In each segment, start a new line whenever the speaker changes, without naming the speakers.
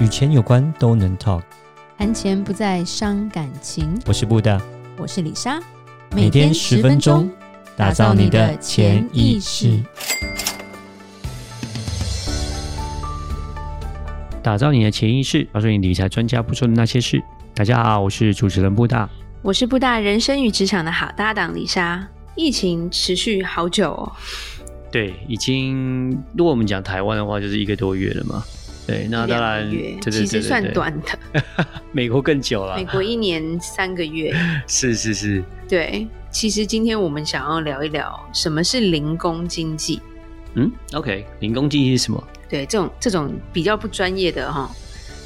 与钱有关都能 talk。
谈钱不再伤感情。
我是布大，
我是李莎，
每天十分钟，打造你的潜意识，打造你的潜意识，告诉你理财专家不说的那些事。大家好，我是主持人布大。
我是布大人生与职场的好搭档李莎。疫情持续好久哦，
对，已经如果我们讲台湾的话，就是一个多月了嘛。对，那当然，
一两个月
对对对
其实
对
算
对
短的。
美国更久了
美。国一年三个月，
是是是，
对。其实今天我们想要聊一聊什么是零工经济，
嗯，OK，零工经济是什么？
对这种这种比较不专业的哈，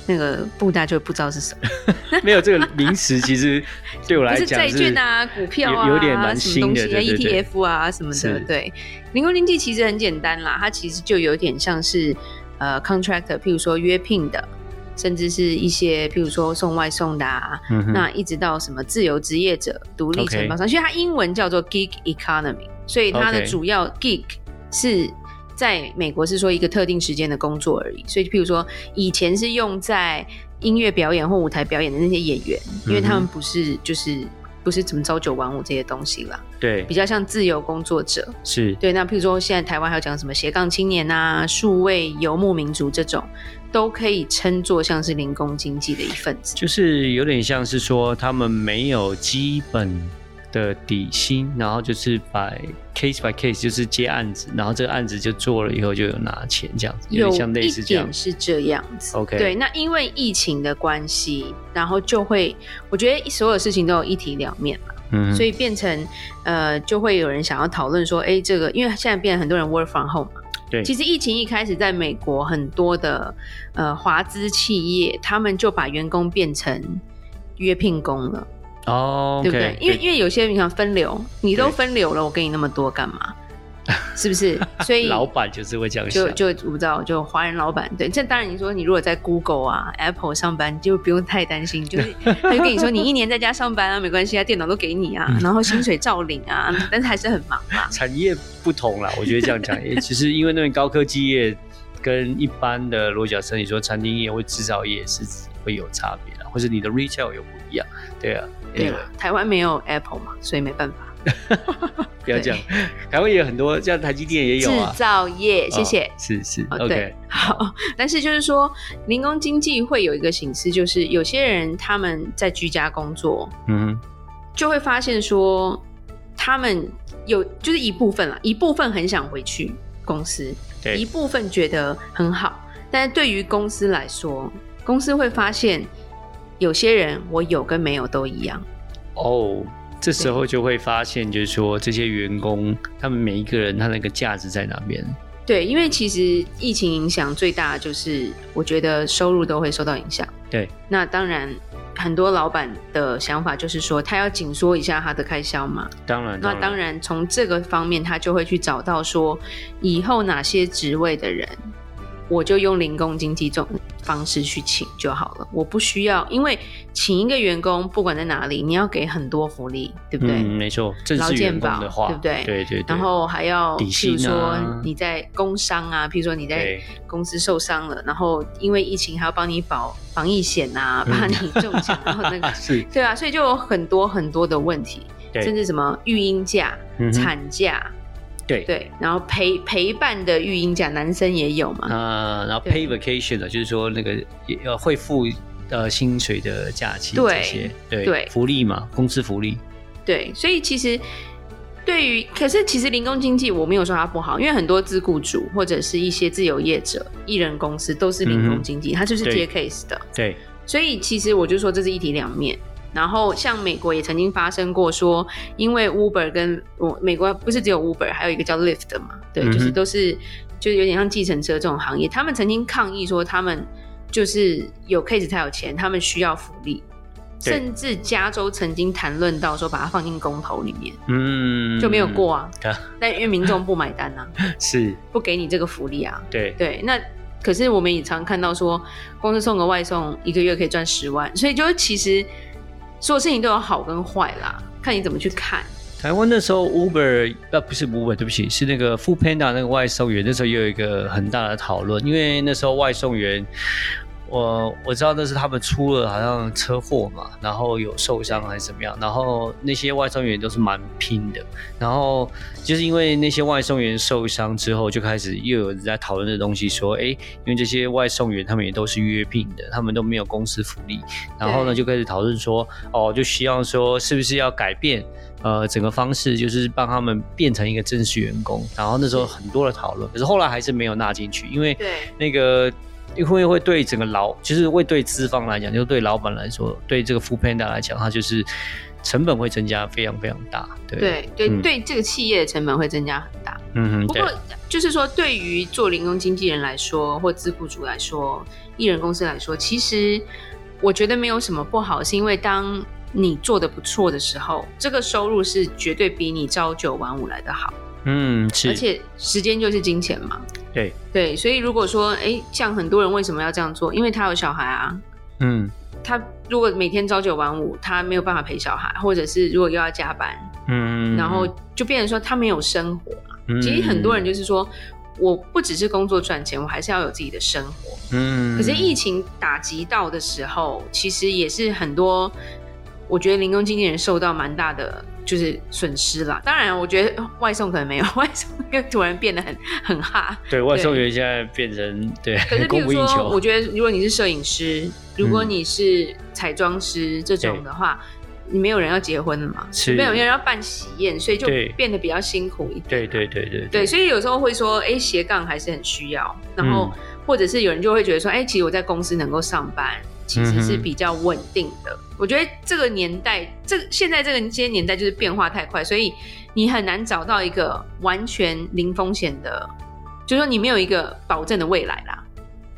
那个布大就不知道是什么，
没有这个名词，其实对我来
不是
讲
债券啊、股票啊、
有有点蛮
什么
新
东
的，
西啊、
对对对
ETF 啊什么的
是。
对，零工经济其实很简单啦，它其实就有点像是呃 contractor，譬如说约聘的，甚至是一些譬如说送外送的啊，
嗯哼
那一直到什么自由职业者、独立
OK
承包商，所以它英文叫做 gig economy，所以它的
OK
主要 gig 是在美国是说一个特定时间的工作而已。所以譬如说以前是用在音乐表演或舞台表演的那些演员，因为他
嗯
们
哼
不是就是。不是怎么朝九晚五这些东西啦，
对
比较像自由工作者。
是
对，那譬如说现在台湾还有讲什么斜杠青年啊、数位游牧民族这种，都可以称作像是零工经济的一份子。
就是有点像是说他们没有基本的底薪，然后就是把 case by case 就是接案子，然后这个案子就做了以后就有拿钱这样子，有
有
点像类
一
似这样
点。是这样子。
OK
对，那因为疫情的关系，然后就会，我觉得所有事情都有一体两面嘛，
嗯，
所
以
以变成呃，就会有人想要讨论说，哎、这个因为现在变成很多人 work from home 嘛。
对
其实疫情一开始，在美国很多的呃华资企业，他们就把员工变成约聘工了
哦，
对不对？因为因为有些你想分流，你都
对
分流了，我给你那么多干嘛？是不是？所以
老板就是会这样
就
想，
就我不知道，就华人老板对，这当然你说你如果在 Google 啊、Apple 上班，就不用太担心，就是他就跟你说你一年在家上班啊，没关系啊，电脑都给你啊，
嗯
然后薪水照领啊，但是还是很忙嘛。
产业不同啦，我觉得这样 讲，也其实因为那边高科技业跟一般的罗角生，你说餐厅业或制造业是会有差别啦，或是你的 retail 有不一样，对啊，
对
anyway
了，台湾没有 Apple 嘛，所以没办法。
不要这样， 台湾也有很多，像台积电也有啊
制。造业，谢谢
哦。是是
哦
，OK，
对好，但是就是说，零工经济会有一个形式，就是有些人他们在居家工作，
嗯
就会发现说，他们有就是一部分啦，一部分很想回去公司，
哼，
一
对，
部分觉得很好，但是对于公司来说，公司会发现有些人我有跟没有都一样，
哦，这时候就会发现，就是说这些员工，他们每一个人他那个价值在哪边？
对，因为其实疫情影响最大的就是我觉得收入都会受到影响，
对，
那当然。很多老板的想法就是说，他要紧缩一下他的开销嘛。
当然，
那当，然，从这个方面，他就会去找到说，以后哪些职位的人，我就用零工经济这种方式去请就好了。我不需要，因为请一个员工，不管在哪里，你要给很多福利，对不对？
嗯，没错，正
劳
是
健
员工
保
的话，
对不对
对对对。
然后还要，
底
譬如
薪
说
啊
你在工伤啊，譬如说你在
对
公司受伤了，然后因为疫情还要帮你保防疫险啊，
嗯，
怕你中奖，然后那个
是，
对啊，所以就有很多很多的问题，
对
甚至什么育婴假、
嗯哼
产假，
对
对，然后陪陪伴的育婴假，男生也有嘛？
啊，然后
对
pay vacation 的，就是说那个呃会付呃薪水的假期
对
这些，对
对
福利嘛，公司福利，
对，所以其实对于，可是其实零工经济我没有说它不好，因为很多自雇主或者是一些自由业者、艺人公司都是零
嗯
工
哼
经济，它就是
对
接 case 的。
对，
所以其实我就说这是一体两面。然后像美国也曾经发生过说，因为 Uber 跟我美国不是只有 Uber，还有一个叫 Lyft 的嘛，对，
嗯哼
就是都是就是有点像计程车这种行业，他们曾经抗议说他们就是有 case 才有钱，他们需要福利。
对
甚至加州曾经谈论到说把它放进公投里面，
嗯，
就没有 过啊。
啊
但因为民众不买单啊，
是，
不给你这个福利啊。
对，
对，那可是我们也常看到说，光是送个外送，一个月可以赚十万，所以就其实所有事情都有好跟坏啦，看你怎么去看。
台湾那时候 Uber 啊不是 Uber，对不起，是那个 f o o Panda 那个外送员，那时候也有一个很大的讨论，因为那时候外送员，我我知道那是他们出了好像车祸嘛，然后有受伤还是怎么样，然后那些外送员都是蛮拼的，然后就是因为那些外送员受伤之后，就开始又有人在讨论这东西，说，哎，因为这些外送员他们也都是约聘的，他们都没有公司福利，然后呢
对
就开始讨论说，哦，就希望说是不是要改变。呃，整个方式就是帮他们变成一个正式员工，然后那时候很多的讨论，可是后来还是没有纳进去，因为
对
那个因为会对整个老，就是会对资方来讲，就对老板来说，对这个 f o o Panda 来讲，它就是成本会增加非常非常大。对，
对对、
嗯
对，这个企业的成本会增加很大。
嗯哼，
不
对
过，就是说，对于做零工经纪人来说，或自雇主来说，艺人公司来说，其实我觉得没有什么不好，是因为当你做的不错的时候，这个收入是绝对比你朝九晚五来的好，
嗯
而
是，
且时间就是金钱嘛。
对，
对，所以如果说，哎，像很多人为什么要这样做？因为他有小孩啊，
嗯
他如果每天朝九晚五，他没有办法陪小孩，或者是如果又要加班，
嗯，
然后就变成说他没有生活。
嗯
其实很多人就是说，我不只是工作赚钱，我还是要有自己的生活。
嗯，
可是疫情打击到的时候，其实也是很多，我觉得零工经纪人受到蛮大的就是损失啦。当然，我觉得外送可能没有， 外送又突然变得很很哈。
对外送员现在变成对
可是，譬
供
如
不应
说，我
求，
觉得如果你是摄影
嗯
师，如果你是彩妆师这种的话，你没有人要结婚了嘛，
是
没有人要办喜宴，所以就
对
变得比较辛苦一点。
对对对对
对，，所以有时候会说，哎，斜杠还是很需要。然后，
嗯
或者是有人就会觉得说，哎，其实我在公司能够上班，其实是
嗯哼
比较稳定的。我觉得这个年代，这现在这个些年代就是变化太快，所以你很难找到一个完全零风险的，就是说你没有一个保证的未来啦。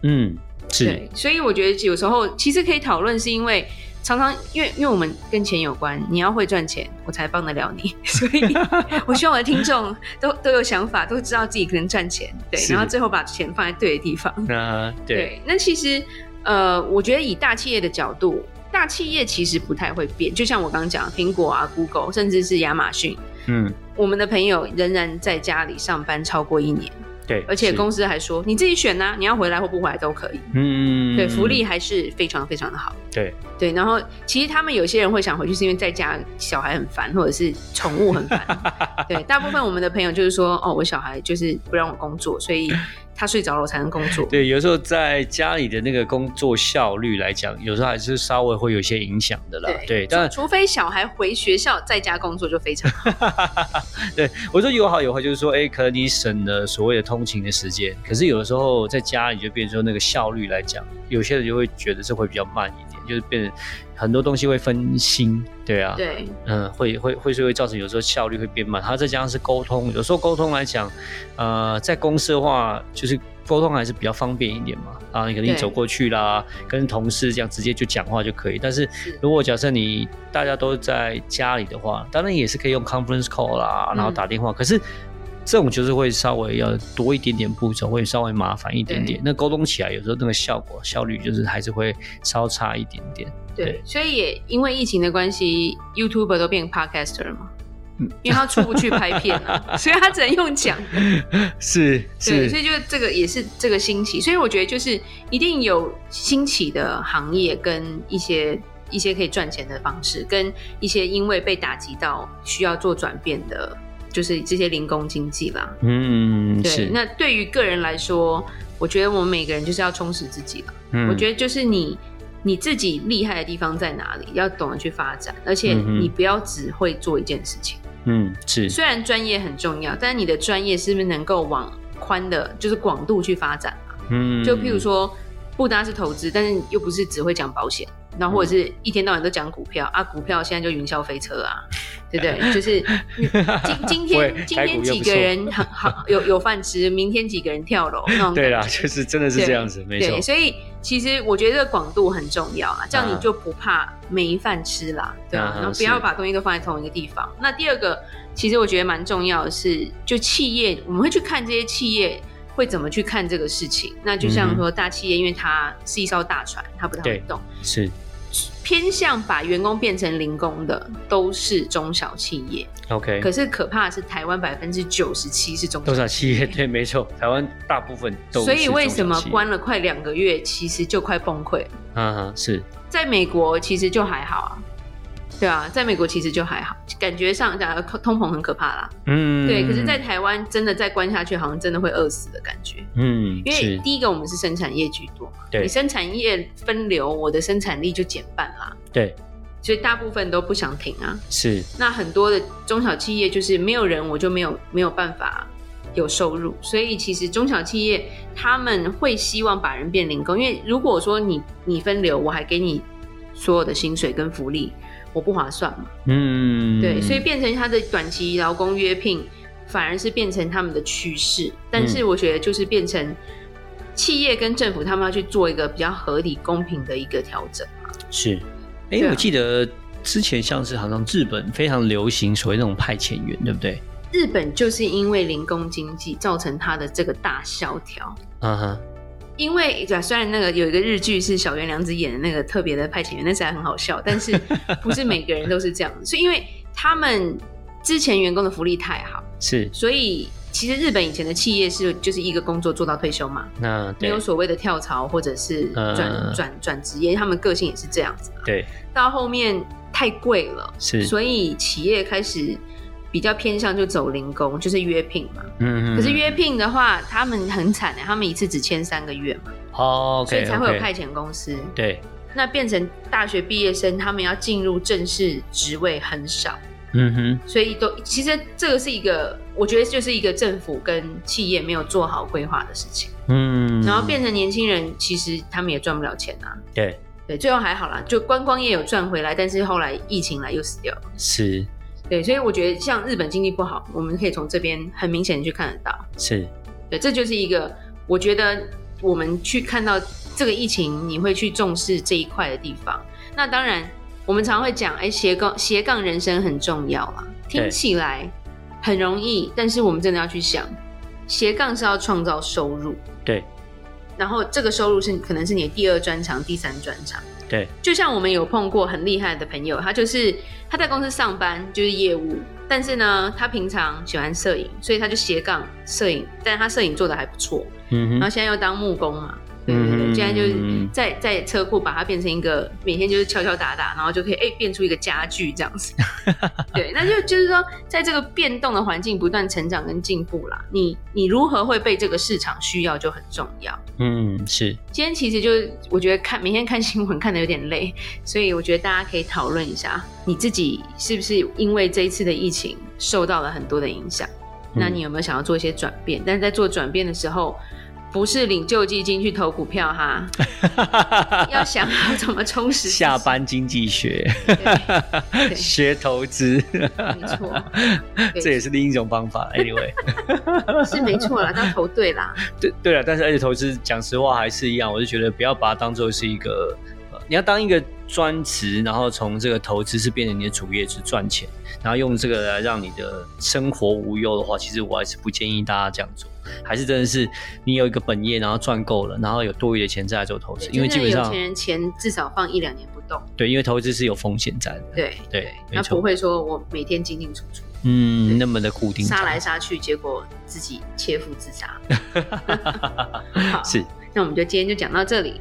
嗯是
对，所以我觉得有时候其实可以讨论，是因为常常因为因为我们跟钱有关，你要会赚钱，我才帮得了 你。所以我希望我的听众都都有想法，都知道自己可能赚钱，对，
是
然后最后把钱放在对的地方。
那对
那其实呃，我觉得以大企业的角度，大企业其实不太会变，就像我刚刚讲，苹果啊、Google，甚至是亚马逊。
嗯
我们的朋友仍然在家里上班超过一年，
对，
而且
是
公司还说你自己选呐、啊你要回来或不回来都可以。
嗯
对，福利还是非常非常的好。
对
对，然后其实他们有些人会想回去，是因为在家小孩很烦，或者是宠物很 烦。对，大部分我们的朋友就是说，哦，我小孩就是不让我工作，所以他睡着了我才能工作。
对，有时候在家里的那个工作效率来讲，有时候还是稍微会有一些影响的啦。对，当然，
除非小孩回学校在家工作就非常好。
对我说有好有坏，就是说，哎，可能你省了所谓的通勤的时间，可是有的时候在家里就变成说那个效率来讲，有些人就会觉得这会比较慢一点，就是变成很多东西会分心，对啊，
对
嗯，会会会是会造成有时候效率会变慢，它再加上是沟通，有时候沟通来讲，呃，在公司的话，就是沟通还是比较方便一点嘛，啊，你可能
对
走过去啦，跟同事这样直接就讲话就可以。但是
是
如果假设你大家都在家里的话，当然也是可以用 conference call 啦，然后
嗯
打电话，可是。这种就是会稍微要多一点点步骤，会稍微麻烦一点点
对。
那沟通起来有时候那个效果效率就是还是会稍差一点点。
对
对，
所以也因为疫情的关系，YouTuber 都变 Podcaster 了嘛
嗯，
因为他出不去拍片 啊，所以他只能用讲的。
是
对，
是，
所以就这个也是这个兴起，所以我觉得就是一定有兴起的行业跟一些一些可以赚钱的方式，跟一些因为被打击到需要做转变的，就是这些零工经济啦。
嗯，
对
是，。
那对于个人来说，我觉得我们每个人就是要充实自己了。
嗯
我觉得就是你你自己厉害的地方在哪里，要懂得去发展，而且
嗯哼
你不要只会做一件事情。
嗯，是，
虽然专业很重要，但你的专业是不是能够往宽的，就是广度去发展嘛？
嗯，
就譬如，说，不单是投资，但是又不是只会讲保险，然后或者
嗯
是一天到晚都讲股票啊，股票现在就云霄飞车啊，对不 对？就是你今今
喂
天今
台
天
股又
几
不
个
错
人好好有有饭吃，明天几个人跳楼那种感觉。
对啦，就是真的是这样子，没错
对，，所以其实我觉得这个广度很重要啊，这样你
啊
就不怕没饭吃啦，对啊
啊，
然后不
是
要把东西都放在同一个地方。那第二个，其实我觉得蛮重要的是，就企业我们会去看这些企业会怎么去看这个事情。那就像说大企业，因为它是一艘大船，它不太会
嗯对
动。
是，
偏向把员工变成零工的都是中小企业，
OK，
可是可怕的是台湾百分之九十七是中
多少
小
企业？对，没错，台湾大部分都是
所以为什
中
么
小企业
关了快两个月，其实就快崩溃了？
嗯哼，是
在美国其实就还好啊，对啊，在美国其实就还好，感觉上啊通膨很可怕啦，
嗯，
对。可是，在台湾真的再关下去，好像真的会饿死的感觉。
嗯，
因为
是
第一个我们是生产业居多嘛，
对
你生产业分流，我的生产力就减半啦，
对
所以大部分都不想停啊。
是
那很多的中小企业就是没有人，我就没有没有办法有收入，所以其实中小企业他们会希望把人变零工，因为如果说你你分流，我还给你所有的薪水跟福利，我不划算嘛。
嗯，
对，所以变成他的短期劳工约聘，反而是变成他们的趋势。但是我觉得就是变成企业跟政府他们要去做一个比较合理公平的一个调整。
是，哎、
对啊
我记得之前像是好像日本非常流行所谓那种派遣员，对不对？
日本就是因为零工经济造成它的这个大萧条。
嗯哼，
因为对啊虽然那个有一个日剧是小原良子演的那个特别的派遣员，那实在很好笑，但是不是每个人都是这样，所以因为他们之前员工的福利太好，
是，
所以其实日本以前的企业是就是一个工作做到退休嘛，
那对
没有所谓的跳槽或者是转
嗯
转转职业，他们个性也是这样子嘛。
对
到后面太贵了，
是，
所以企业开始比较偏向就走零工，就是约聘嘛。
嗯嗯，
可是约聘的话，他们很惨欸的、他们一次只签三个月嘛，
哦，OK，
所以才会有
OK
派遣公司。
对，
那变成大学毕业生，他们要进入正式职位很少，
嗯哼，
所以都其实这个是一个，我觉得就是一个政府跟企业没有做好规划的事情，
嗯，
然后变成年轻人，其实他们也赚不了钱啊。
对
对，最后还好啦，就观光业有赚回来，但是后来疫情来又死掉了。
是
对，所以我觉得像日本经济不好，我们可以从这边很明显地去看得到。
是，
对，这就是一个我觉得我们去看到这个疫情，你会去重视这一块的地方。那当然，我们常会讲，哎，斜杠斜杠人生很重要啦，听
对
起来很容易，但是我们真的要去想，斜杠是要创造收入，
对
然后这个收入是可能是你的第二专长、第三专长。
对，
就像我们有碰过很厉害的朋友，他就是他在公司上班就是业务，但是呢，他平常喜欢摄影，所以他就斜杠摄影，但他摄影做的还不错，
嗯
然后
哼，
现在又当木工嘛，啊对对对，
嗯
现在就是在在车库把它变成一个每天就是敲敲打打，然后就可以哎、变出一个家具这样 子，对，那就就是说在这个变动的环境不断成长跟进步啦，你你如何会被这个市场需要就很重要。
嗯是，
今天其实就是我觉得看每天看新闻看的有点累，所以我觉得大家可以讨论一下，你自己是不是因为这一次的疫情受到了很多的影响？
嗯
那你有没有想要做一些转变？但是在做转变的时候，不是领救济金去投股 票哈，要想好怎么充实自己
嗯下。班经济学
对，
学投资，
没错，
这也是另一种方法。Anyway，
是没错啦，当投对啦，
对对了，但是而且投资，讲实话还是一样，我就觉得不要把它当做是一个，呃你要当一个专职，然后从这个投资是变成你的主业去赚钱，然后用这个来让你的生活无忧的话，其实我还是不建议大家这样做。还是真的是你有一个本业，然后赚够了，然后有多余的钱再来做投资， 因为基本
真
上
的有钱人钱至少放一两年不动，
对，因为投资是有风险在的，
对
对没
那
错
不会说我每天进进出出，对
嗯，那么的固定
杀来杀去，结果自己切腹自杀。 好，
是。
那我们就今天就讲到这里。